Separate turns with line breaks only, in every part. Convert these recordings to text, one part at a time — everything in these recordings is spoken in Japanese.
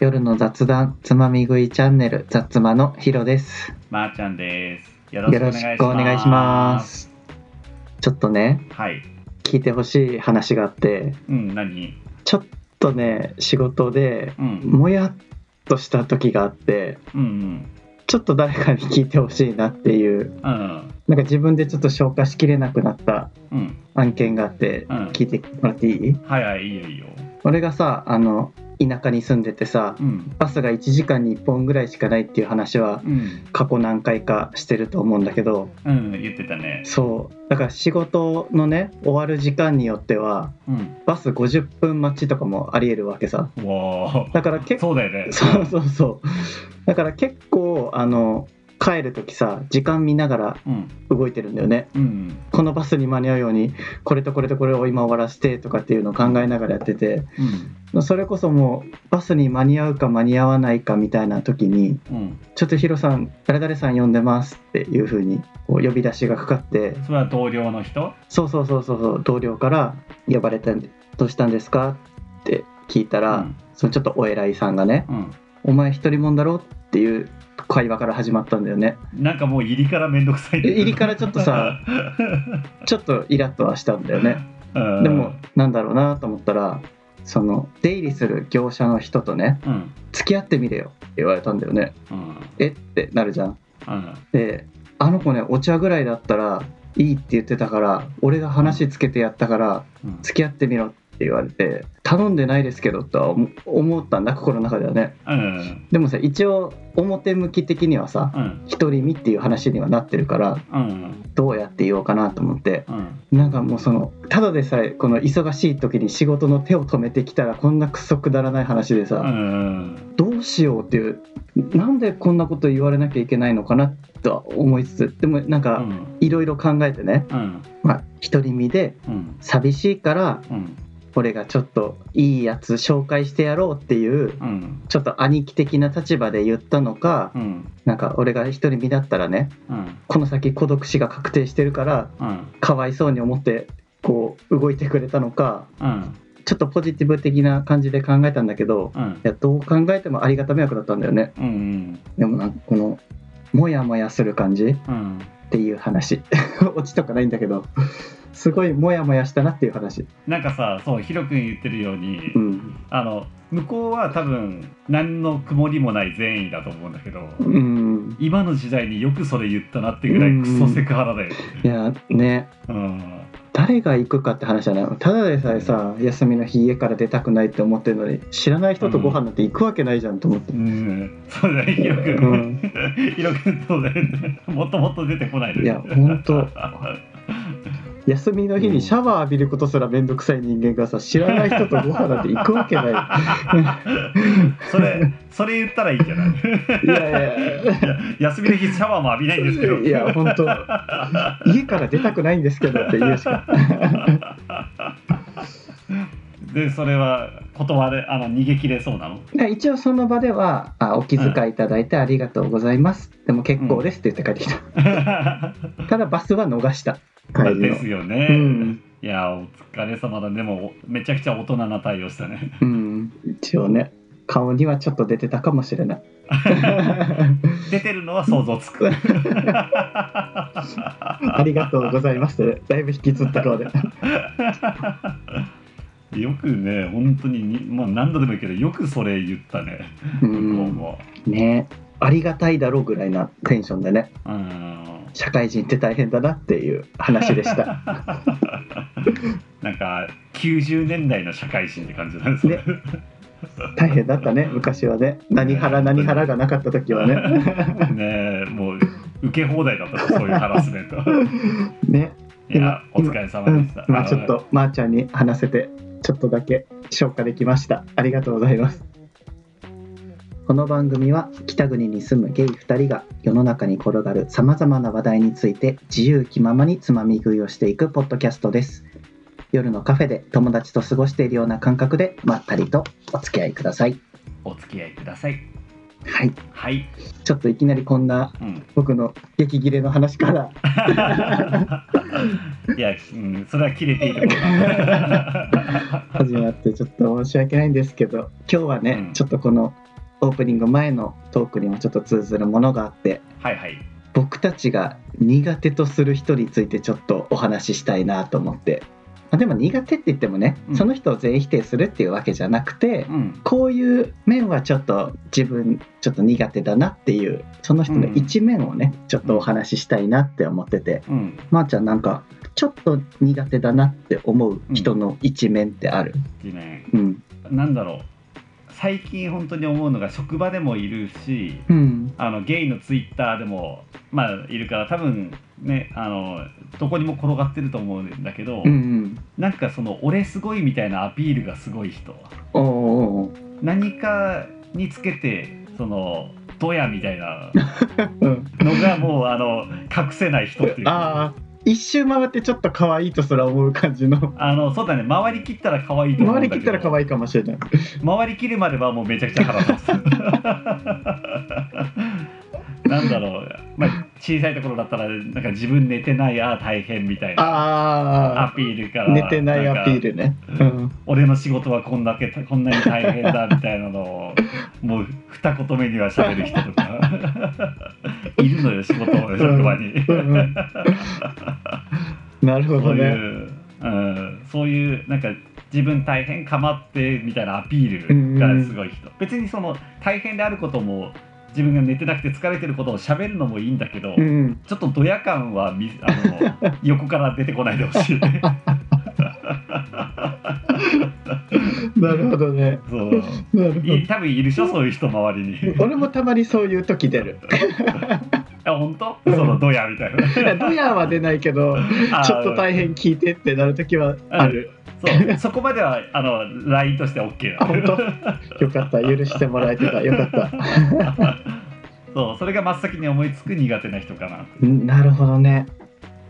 夜の雑談つまみ食いチャンネル雑まのヒロです
まー、ちゃんです。よ
よろしくお願いしますちょっとね
はい。
聞いてほしい話があって
うん、何
ちょっとね仕事で
うん。
もやっとした時があって
うんうん。
ちょっと誰かに聞いてほしいなっていう
うん。
なんか自分でちょっと消化しきれなくなった
うん。
案件があって
うん
聞いてもらっていい
はいはい、いいよいいよ。
俺がさあの田舎に住んでてさ
うん。
バスが1時間に1本ぐらいしかないっていう話は
うん。
過去何回かしてると思うんだけど
うん、言ってたね。
そうだから仕事のね終わる時間によっては
うん。
バス50分待ちとかもありえるわけさ
うわ
だから
ー。
結構
そうだよね。
そうそうそうだから結構あの帰る時さ時間見ながら
うん。
動いてるんだよね
うん。
このバスに間に合うようにこれとこれとこれを今終わらせてとかっていうのを考えながらやってて
うん。
それこそもうバスに間に合うか間に合わないかみたいな時に
うん。
ちょっとヒロさん誰々さん呼んでますっていう風にこう呼び出しがかかって
それは同僚の人
そうそうそうそうそう同僚から呼ばれたんでどうしたんですかって聞いたら、
うん
そのちょっとお偉いさんがね
うん。
「お前一人もんだろ?」っていう会話から始まったんだよね
なんかもう入りからめんどくさいね
え入りからちょっとさ、ちょっとイラッとはしたんだよね
うん、
でも、なんだろうなと思ったらその出入りする業者の人とね
うん。
付き合ってみれよって言われたんだよね
うん。
えってなるじゃん
うん。
であの子ねお茶ぐらいだったらいいって言ってたから俺が話つけてやったから
うん。
付き合ってみろって言われて頼んでないですけどとは思思ったんだ心の中ではね
うん。
でもさ一応表向き的にはさ
うん。
独り身っていう話にはなってるから
うん。
どうやって言おうかなと思って
うん。
なんかもうそのただでさえこの忙しい時に仕事の手を止めてきたらこんなクソくだらない話で
う
さ
ん。
どうしようっていうなんでこんなこと言われなきゃいけないのかなとは思いつつでもなん
う
か
ん。
いろいろ考えてね
うん。
まあ独り身で
うん。
寂しいから
うん。
俺がちょっといいやつ紹介してやろうっていう
うん。
ちょっと兄貴的な立場で言ったのか
うん。
なんか俺が一人身だったらね
うん。
この先孤独死が確定してるから
うん。
かわいそうに思ってこう動いてくれたのか
うん。
ちょっとポジティブ的な感じで考えたんだけど
うん
い。やどう考えてもありがた迷惑だったんだよね
うん。
でもなんかこのモヤモヤする感じっ
うん。
ていう話 オチとかないんだけどすごいモヤモヤしたなっていう話
なんかさ、そう、ヒロ君言ってるように
う、ん
あの、向こうは多分、何の曇りもない善意だと思うんだけど、
うん
今の時代によくそれ言ったなってぐらいクソセクハラだよね。
いやね
うん。
誰が行くかって話じゃないただでさえさ休みの日家から出たくないって思ってるのに知らない人とご飯なんて行くわけないじゃんと思って、
うん、そうだね、ヒロ
う
君。
ん
ヒロ君、そうだよね。もっともっと出てこないで
いやほんと休みの日にシャワー浴びることすら面倒くさい人間がさ知らない人とご飯なんて行くわけな
それ、それ言ったらいいんじゃない
いいやいや
休みの日シャワーも浴びないんですけど。
いや本当家から出たくないんですけどって言うしか
でそれは断れあの逃げ切れそうなの
で一応その場ではあ「お気遣いいただいてありがとうございます」でも結構ですって言って帰ってきた、ただバスは逃した帰り
で
の
すよね、
うん
いやお疲れ様だでもおめちゃくちゃ大人な対応し たね
うん一応ね顔にはちょっと出てたかもしれない
出てるのは想像つく
ありがとうございますってだいぶ引きずった顔で
よくね本当ににまあ何度でもいいけどよくそれ言ったね
う
向こうんも
ねありがたいだろうぐらいなテンションでね
うん
社会人って大変だなっていう話でした
なんか90年代の社会人って感じなんですね
ね大変だったね昔はね何腹何腹がなかった時は ね
ねえもう受け放題だったそういうハラスメン ト
ね
いやお
今
疲れ様
う
で
ん
した、
まあちょっとまー、ちゃんに話せてちょっとだけ消化できましたありがとうございますこの番組は北国に住むゲイ2人が世の中に転がるさまざまな話題について自由気ままにつまみ食いをしていくポッドキャストです夜のカフェで友達と過ごしているような感覚でまったりとお付き合いください
お付き合いください
はい
はい、
ちょっといきなりこんな
うん、
僕の激切れの話から
いや、うん、それは切れていいと思うな
始まってちょっと申し訳ないんですけど今日はね、
うん
ちょっとこのオープニング前のトークにもちょっと通ずるものがあって
はいはい
僕たちが苦手とする人についてちょっとお話ししたいなと思って、まあ、でも苦手って言ってもね、
うん
その人を全員否定するっていうわけじゃなくて
うん
こういう面はちょっと自分ちょっと苦手だなっていうその人の一面をね、ちょっとお話ししたいなって思ってて
うん
まー、ちゃんなんかちょっと苦手だなって思う人の一面ってある、
でね
うん
なんだろう最近本当に思うのが職場でもいるし
うん
あのゲイのツイッターでもまあいるから多分ねあのどこにも転がってると思うんだけど、
うんうん
なんかその俺すごいみたいなアピールがすごい人
おーおー
何かにつけてそのドヤみたいな
おーうん
のがもうあの隠せない人っていうか
ああ一周回ってちょっと可愛いとすら思う感じの
あのそうだね回りきったら可愛いと思う
回
んだ
り
け
きった
ど
ら可愛いかもしれない
回りきるまではもうめちゃくちゃ腹立つ なんだろう、まあ、小さいところだったらなんか自分寝てないああ大変みたいなア
あ
ピール
あ
から
寝てないアピー
ル
ルねうん
俺の仕事はこんだけこんなに大変だみたいなのをもう二言目には喋る人と かいるのよ仕事職場に、
うんうんなるほ
そ
ど
う
ね
いう、うん、そういうなんか自分大変かまってみたいなアピールがすごい人、別にその大変であることも自分が寝てなくて疲れてることを喋るのもいいんだけど、
うん
ちょっとドヤ感はみあの横から出てこないでほ しい
なるほどね
そう
なるほど
い多分いるでしょそういう人周りに
俺もたまにそういう時出る
あ本当そのドヤみたい
いやドヤは出ないけど
な
ちょっと大変聞いてってなる時はある
変そうそこまではあの LINE として OK
あ
なの
本当よかった許してもらえてたよかった
そうそれが真っ先に思いつく苦手な人かな、
うんなるほどね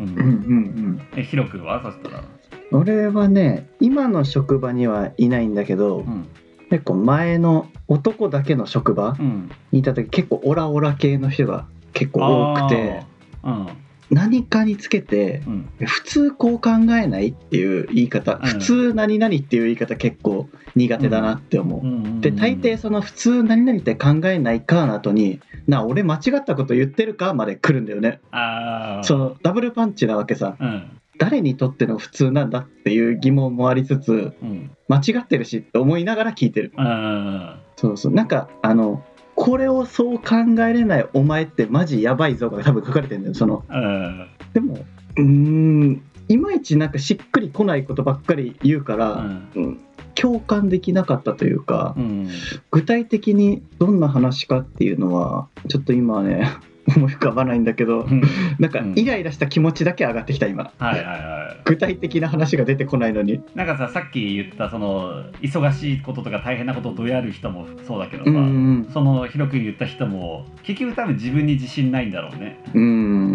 う
うんうん
ん、
うん
えヒロ君はそしたら
俺はね今の職場にはいないんだけど、
うん
結構前の男だけの職場
うん
にいた時結構オラオラ系の人が結構多くて
あー
何かにつけて
うんうん
普通こう考えないっていう言い方、
うん
普通何々っていう言い方結構苦手だなって思う、
うんうん
で大抵その普通何々って考えないかの後になあ俺間違ったこと言ってるかまで来るんだよね
ああ
そのダブルパンチなわけさ
うん
誰にとっての普通なんだっていう疑問もありつつ
うん
間違ってるしって思いながら聞いてる
あ
そうそうなんかあのこれをそう考えれないお前ってマジやばいぞが多分書かれてるんだよその
ーうん
でもうーんいまいちなんかしっくりこないことばっかり言うか
う
ら、
ん
うん共感できなかったというか、
うん
具体的にどんな話かっていうのはちょっと今はね 思い浮かばないんだけど
うん
なんか
うん
イライラした気持ちだけ上がってきた今
はいはいは
具体的な話が出てこないのに
いなんかささっき言ったその忙しいこととか大変なことをどやる人もそうだけどさ、
うんうん
その広く言った人も結局多分自分に自信ないんだろうね、
うん
う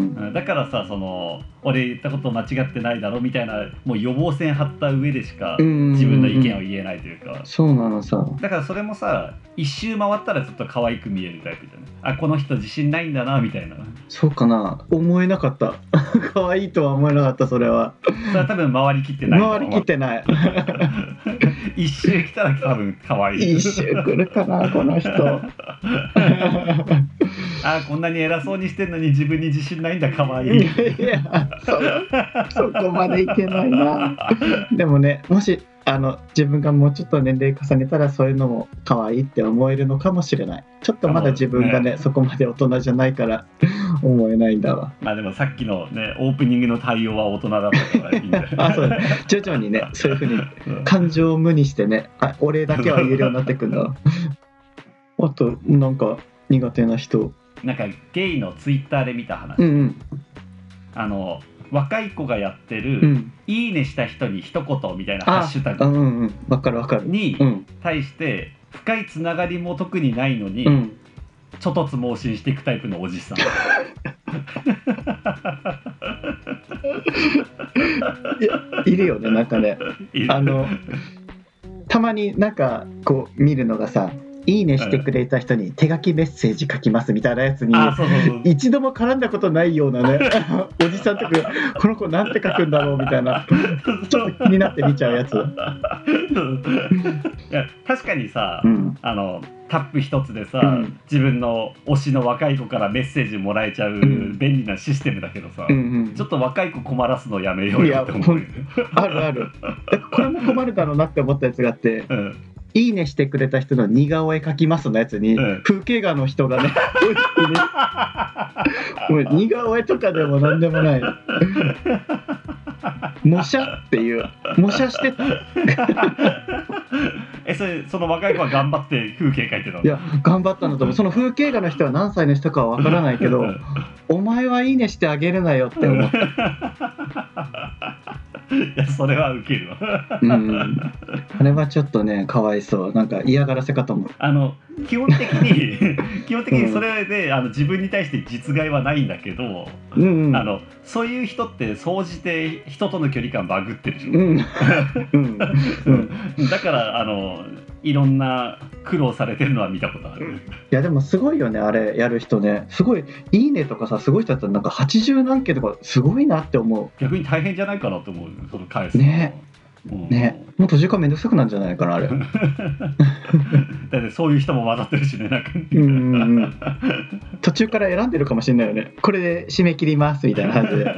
んだからさその俺言ったこと間違ってないだろみたいなもう予防線張った上でしか
うん
自分の意見を言えないというか、
そうなのさ
だからそれもさ一周回ったらちょっと可愛く見えるタイプじゃないあこの人自信ないんだなみたいな
そうかな思えなかった 可愛いとは思えなかったそれは
それは多分回りきってない
回りきってない
一周来たら多分可愛い
一周来るかなこ の人
あこんなに偉そうにしてんのに自分に自信ないんだ可愛 い
いやそそこまでいけないなでもねもしあの自分がもうちょっと年齢重ねたらそういうのも可愛いって思えるのかもしれないちょっとまだ自分がね
ね
そこまで大人じゃないから思えないんだわ
まあでもさっきのねオープニングの対応は大人だったからいいんだよ
あそうだね徐々にねそういうふうに
うん
感情を無にしてねあ俺だけは言えるようになってくんだ あとなんか苦手な人
なんかゲイのツイッターで見た話、
うん
あの若い子がやってる、
うん
いいねした人に一言みたいな
あ
ハッシュタ
う
グ
んうんうんわかるわかる
に
うん
対して深いつながりも特にないのに、
うん
ちょっとつ盲信していくタイプのお じさん
いるよねなんかね
いる
あのたまになんかこう見るのがさいいねしてくれた人に手書きメッセージ書きますみたいなやつに
あそうそうそう
一度も絡んだことないようなね おじさんとかこの子なんて書くんだろうみたいなちょっと気になって見ちゃうやつ。
いや確かにさ、
うん
あのタップ一つでさ、
うん
自分の推しの若い子からメッセージもらえちゃう便
ん
利なシステムだけどさ、
うん
ちょっと若い子困らすのやめようよって思うよね。
あるあるこれも困るだろうなって思ったやつがあって
うん
「いいねしてくれた人の似顔絵描きます」のやつに、
うん
風景画の人がね もう似顔絵とかでも何でもない模写っていう模写してたい
えそれその若い子は頑張って風景描いてたの
や頑張ったんだと思うその風景画の人は何歳の人かは分からない けど
うん
お前はいいねしてあげるなよって思う、
いやそれはウケるわ
うん、あれはちょっとねかわいそうなんか嫌がらせかと思う
あの基本的 に基本的にそれで、あの自分に対して実害はないんだけど、
うんうん
あのそういう人って総じて人との距離感バグってるでしょ、
うんうんうん
だからあのいろんな苦労されてるのは見たことある、
いやでもすごいよねあれやる人ねすごい「いいね」とかさすごい人だったらなんか80何件とかすごいなって思
逆に大変じゃないかなと思うその返すの
ね
う
う
ん
ねもう途中からめんどくさくなんじゃないかなあ れ
だってそういう人も混ざってるしねなんか
うんうんうん途中から選んでるかもしれないよねこれで締め切りますみたいな感じで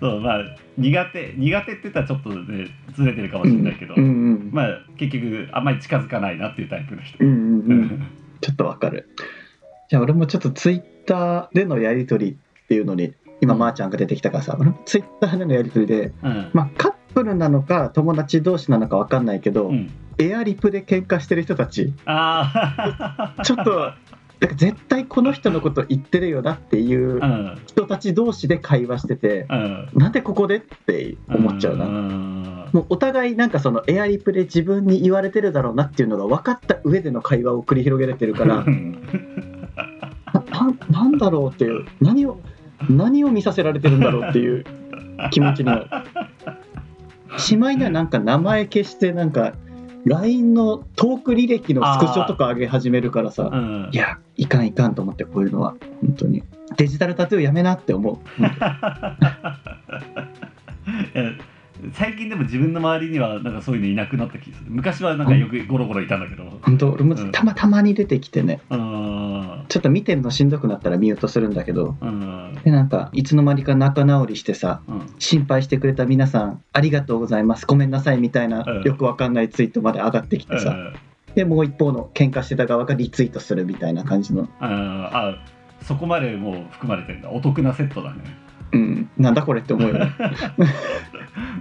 そうまあ苦手苦手って言ったらちょっとねずれてるかもしれないけど、
うんうん
まあ結局あんまり近づかないなっていうタイプの人
う、んうんうんちょっとわかるじゃあ俺もちょっとツイッターでのやり取りっていうのに今まーちゃんが出てきたからさ俺もツイッターでのやり取りで
うん
まあカップルなのか友達同士なのかわかんないけど、
うん
エアリプで喧嘩してる人たち
あ あ
ちょっとなんか絶対この人のこと言ってるよなっていう
うん
人たち同士で会話してて
うん
なんでここでって思っちゃうな。
な
もうお互いなんかそのエアリプで自分に言われてるだろうなっていうのが分かった上での会話を繰り広げられてるから ななんだろうっていう何を何を見させられてるんだろうっていう気持ちになる。しまいにはなんか名前消してなんか LINE のトーク履歴のスクショとか上げ始めるからさ
うん
いや、いかんいかんと思って、こういうのは、本当に。デジタルタトゥーやめなって思
え最近でも自分の周りにはなんかそういうのいなくなった気がする昔はなんかよくゴロゴロいたんだけど
う。本当、俺も
うん
たまたまに出てきてね、
うん
ちょっと見てるのしんどくなったらミュートするんだけど、
うん
で、なんか、いつの間にか仲直りしてさ、
うん
心配してくれた皆さん、ありがとうございます、ごめんなさいみたいな
うん、
よくわかんないツイートまで上がってき
う
てさ、
ん
で、もう一方の喧嘩してた側がリツイートするみたいな感じの、
あそこまでもう含まれてるんだお得なセットだね
うん、なんだこれって思うよね。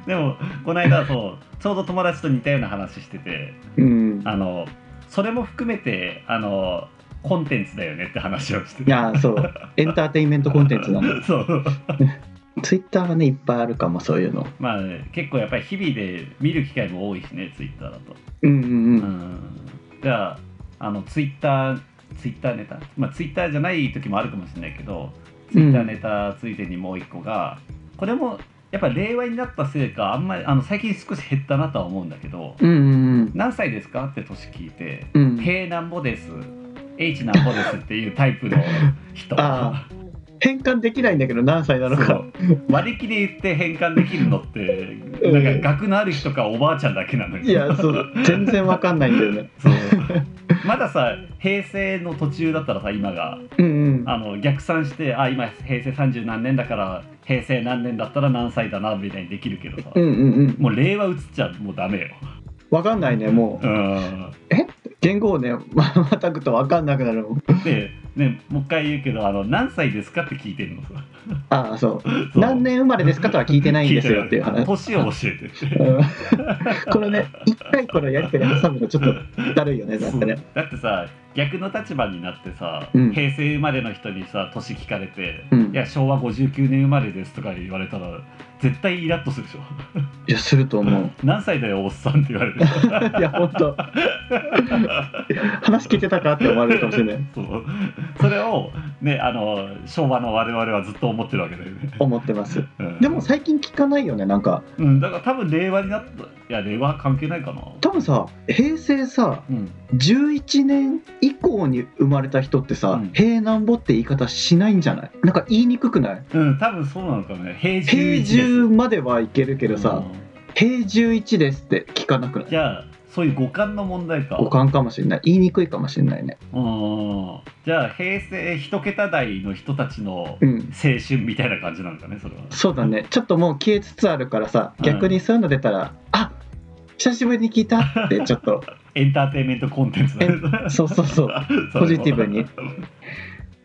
でもこの間そうちょうど友達と似たような話してて
うん。
あのそれも含めてあのコンテンツだよねって話をして
いや、そう、エンターテインメントコンテンツなの。
そう
ツイッターはね、いっぱいあるかも、そういうの。
まあね結構やっぱり日々で見る機会も多いしねツイッターだと、
うんうん
う
うん。
ん、じゃああのツイッターツイッターネタまあツイッターじゃない時もあるかもしれないけどツイッターネタついでにもう一個が、これもやっぱ令和になったせいかあんまりあの最近少し減ったなとは思うんだけど
うんうん
何歳ですかって年聞いて
うん。
「平なんぼです」「H なんぼです」っていうタイプの人
あ変換できないんだけど何歳なの
そ
か
う割り切り言って変換できるのってなんか学のある人かおばあちゃんだけなのよ
いやそう全然わかんないんだよね
そう まださ平成の途中だったらさ今が
うん
あの逆算してあ今平成30何年だから平成何年だったら何歳だなみたいにできるけどさ、
うんうんうんうん
もう令和移っちゃもうダメよ
わかんないねも
う
うん言語をねままたぐとわかんなくなるもん
でねもう一回言うけどあの何歳ですかって聞いてるのさ
ああそう
そう
何年生まれですかとは聞いてないんですよっていう
聞て
話
な年を教えてって
うん このね一回このやり取り挟むのちょっとだるいよねだってね
そうだってさ逆の立場になってさ、
うん
平成生まれの人にさ年聞かれて、
うん
いや昭和59年生まれですとか言われたら絶対イラッとするでしょ
いやすると思う
何歳だよおっさんって言われる
いや本当話聞いてたかって思われるかもしれない
そうそれをねあの昭和の我々はずっと思ってるわけだよね、
思ってます
うん
でも最近聞かないよねなんか
うん、だから多分令和になった
いや令和関係ないかな
多分さ平成さ
うん
11年以降に生まれた人ってさ、
うん
平なんぼって言い方しないんじゃないなんか言いにくくない
うん多分そうなのかね平
平
11
10まではいけるけ
で
ど
す
さ、
う
平11ですって聞かなくなんい
じゃあそういう五感の問題か
五感かもしれない言いにくいかもしれないね
うんじゃあ平成一桁台の人たちの
うん
青春みたいな感じなのかねそれは
そうだねちょっともう消えつつあるからさ
うん
逆にそういうの出たら、あ久しぶりに聞いた ってちょっと
エンターテインメントコンテンツだね
そうそうそうポジティブに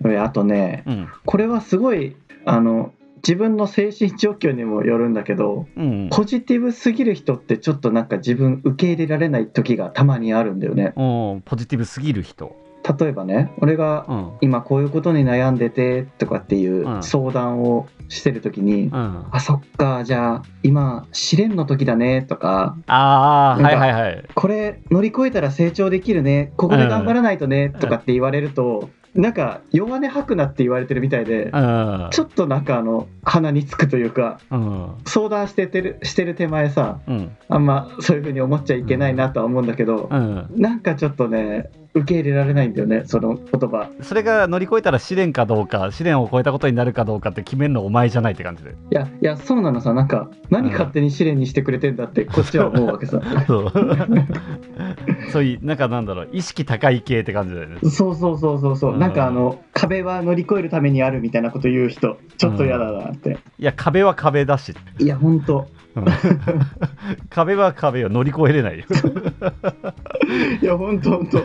これあとね
うん
これはすごいあの自分の精神状況にもよるんだけど
うん
ポジティブすぎる人ってちょっとなんか自分受け入れられない時がたまにあるんだよね
ポジティブすぎる人
例えばね俺が
ん
今こういうことに悩んでてとかっていう相談をしてる時に、
うん
あそっかじゃあ今試練の時だねとか
あ
ーはいはい
はい
これ乗り越えたら成長できるねここで頑張らないとねとかって言われると、なんか弱音吐くなって言われてるみたいで、
うん
ちょっとなんかあの鼻につくというか
うん
相談しててるしてる手前さ
うん
あんまそういうふうに思っちゃいけないなとは思うんだけど、
うん、
なんかちょっとね受け入れられないんだよねその言葉
それが乗り越えたら試練かどうか試練を超えたことになるかどうかって決めるのお前じゃないって感じで
いやいやそうなのさなんか何勝手に試練にしてくれてんだってこっちは思うわけ さ
そう そういうなんかなんだろう意識高い系って感じだよね
そうそうそうそうそう
うん
なんかあの壁は乗り越えるためにあるみたいなこと言う人ちょっと嫌だなって、
いや壁は壁だし、
いやほんと
うん 壁は壁を乗り越えれないよ
いやほんとほん と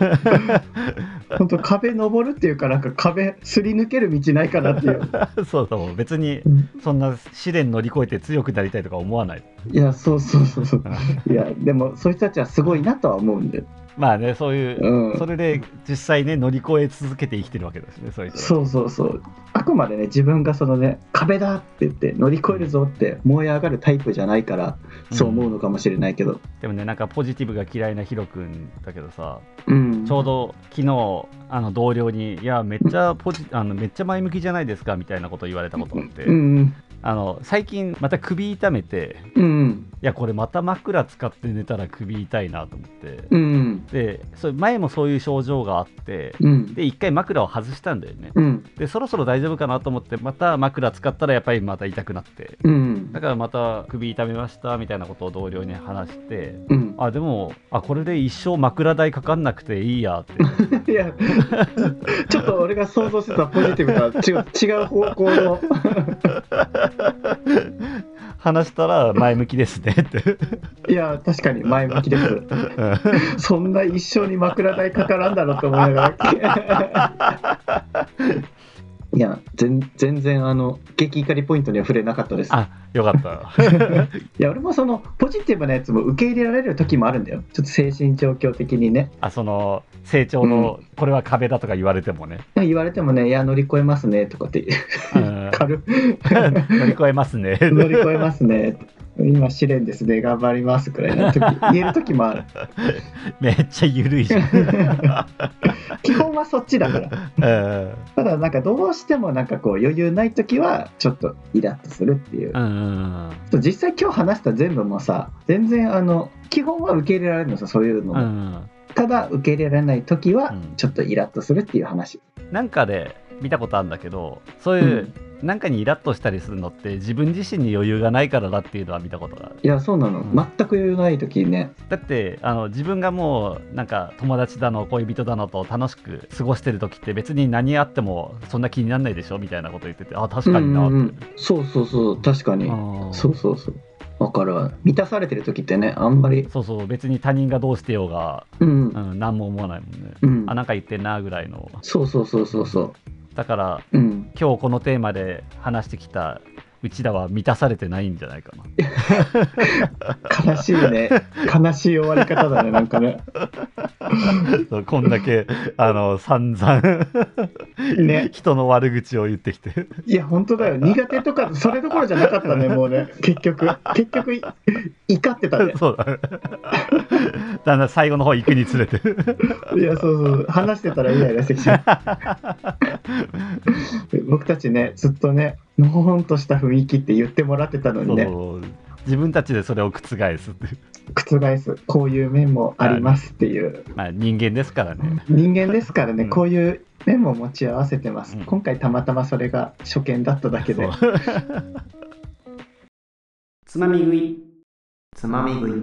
ほんと壁登るっていうかなんか壁すり抜ける道ないかなっていう
そうそう別に
うん
そんな試練乗り越えて強くなりたいとか思わない
いやそうそうそうそういやでもそういう人たちはすごいなとは思うんで
まあねそういう、
うん
それで実際ね乗り越え続けて生きてるわけだしねそういう人は
そうそうそうあくまでね自分がそのね壁だって言って乗り越えるぞって燃え上がるタイプじゃないからそう思うのかもしれないけど
でもねなんかポジティブが嫌いなヒロ君だけどさ
うん
ちょうど昨日あの同僚に「いやめっちゃ ポジあのめっちゃ前向きじゃないですか」みたいなこと言われたことがあって、
うん
あの最近また首痛めて
うんうん
いやこれまた枕使って寝たら首痛いなと思って
うん
でそれ前もそういう症状があって
うん
で一回枕を外したんだよね
うん
でそろそろ大丈夫かなと思ってまた枕使ったらやっぱりまた痛くなって
うん
だからまた首痛めましたみたいなことを同僚に話して
うん
あでもあこれで一生枕代かかんなくていいやって
いやちょっと俺が想像してたポジティブとは違う違う方向の
話したら前向きですねって、
いや確かに前向きですそんな一生に枕代かからんだろうと思いながら いや全全然あの激怒りポイントには触れなかったです
あよか った
いや俺もそのポジティブなやつも受け入れられる時もあるんだよちょっと精神状況的にね
あその成長のこれは壁だとか言われてもね、
なんか言われてもね「いや乗り越えますね」とかって
うん
軽く
乗り越えますね
「乗り越えますね」今試練ですね頑張ります」くらいの時言える時もある
めっちゃ緩いじゃん、
基本はそっちだから
うん
ただなんかどうしてもなんかこう余裕ない時はちょっとイラッとするっていう
うんうん
実際今日話した全部もさ全然あの基本は受け入れられるのさそういうの
う
も、
ん
ただ受け入れられない時は
うん
ちょっとイラッとするっていう話
なんかで見たことあるんだけどそういう、なんかにイラッとしたりするのって自分自身に余裕がないからだっていうのは見たことがある
いやそうなの、
うん
全く余裕ない時ね
だってあの自分がもうなんか友達だの恋人だのと楽しく過ごしてる時って別に何あってもそんな気にならないでしょみたいなこと言っててあ確かになっ
う
て、
んうんうんそうそうそう確かに
あー
そうそうそうだから満たされてる時ってねあんまり
そうそう別に他人がどうしてようが、
うん
う、ん、何も思わないもんね
うん
あなんか言ってんなぐらいの
そうそうそうそうそ
だから
ううん
今日このテーマで話してきたうちらは満たされてないんじゃないかな
悲しい ね悲しい終わり方だねなんかね
そうこんだ けあの散々
ね
人の悪口を言ってきて
いや本当だよ苦手とかそれどころじゃなか ったねもうね結局結局い怒ってたね
そうだねだんだん最後の方行くにつれて
いやそうそう話してたらイライラしてき ちゃう僕たちねずっとねのほほんとした雰囲気って言ってもらってたの
そ
に
う
ね
そう自分たちでそれを覆すっていう
覆すこういう面もありますっていう
まあ人間ですからね。
人間ですからね、
うん
こういう面も持ち合わせてます、
うん
今回たまたまそれが初見だっただけで
そう
つまみ食い。つまみ食い。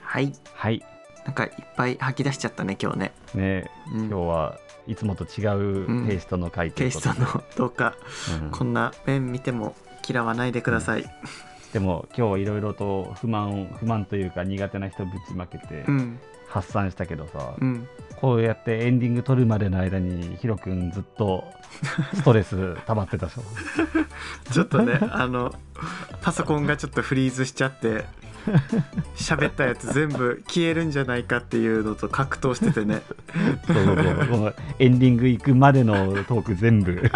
はい。
はい。
なんかいっぱい吐き出しちゃったね、今日ね。
ね
うん
今日はいつもと違うテイストの回と
ケ
い
イ
うこ
シ
と
さ
で
んのどうか、
うん
こんな面見ても嫌わないでください。
でも今日いろいろと不満を不満というか苦手な人ぶちまけて
うん、
発散したけどさ、
うん。
こうやってエンディング撮るまでの間にヒロ君ずっとストレス溜まってたでしょ
ちょっとね、あの、パソコンがちょっとフリーズしちゃって、喋ったやつ全部消えるんじゃないかっていうのと格闘しててね。
そうそうそうこのエンディング行くまでのトーク全部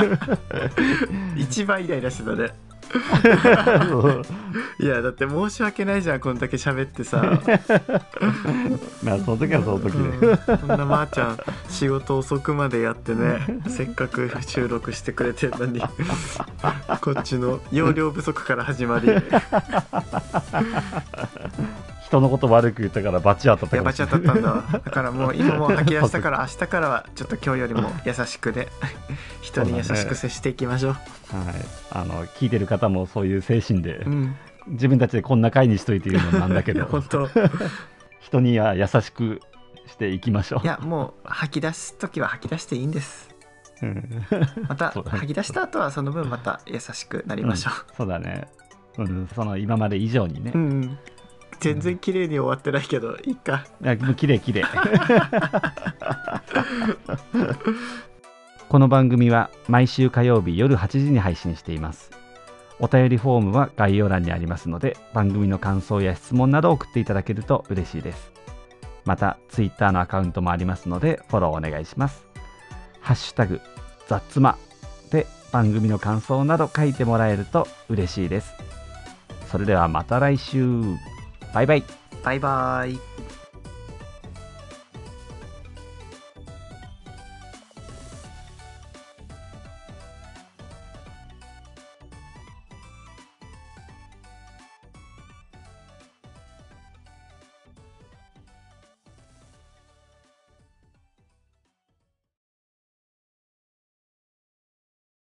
一番イライラしてたね。
そう
いや、だって申し訳ないじゃん、こんだけ喋ってさ。
まあその時はその時で、
うんそんなまーちゃん仕事遅くまでやってねせっかく収録してくれてるのにこっちの容量不足から始まり
人のこと悪く言ったからバチ当たった
や
か
ば
も
ち
し
ゃ
れ
った
な
った
い
んだわだからもう今もう吐き出 したから明日からはちょっと今日よりも優しくね 人に優しく接していきましょう
はい、あの聞いてる方もそういう精神で、
うん
自分たちでこんな回にしといて言うのもなんだけ
いや
ど
本当い
人には優しくしていきましょう。
やもう吐き出す時は吐き出していいん です
うん
また
そうだね
吐き出した後はその分また優しくなりましょ
そうだね、うん、その今まで以上にね
う、うん全然綺麗に終わってないけどいいか
あもう綺麗綺麗この番組は毎週火曜日夜8時に配信していますお便りフォームは概要欄にありますので番組の感想や質問などを送っていただけると嬉しいですまた Twitter のアカウントもありますのでフォローお願いしますハッシュタグザッツマで番組の感想など書いてもらえると嬉しいですそれではまた来週バイバイ
バイバイ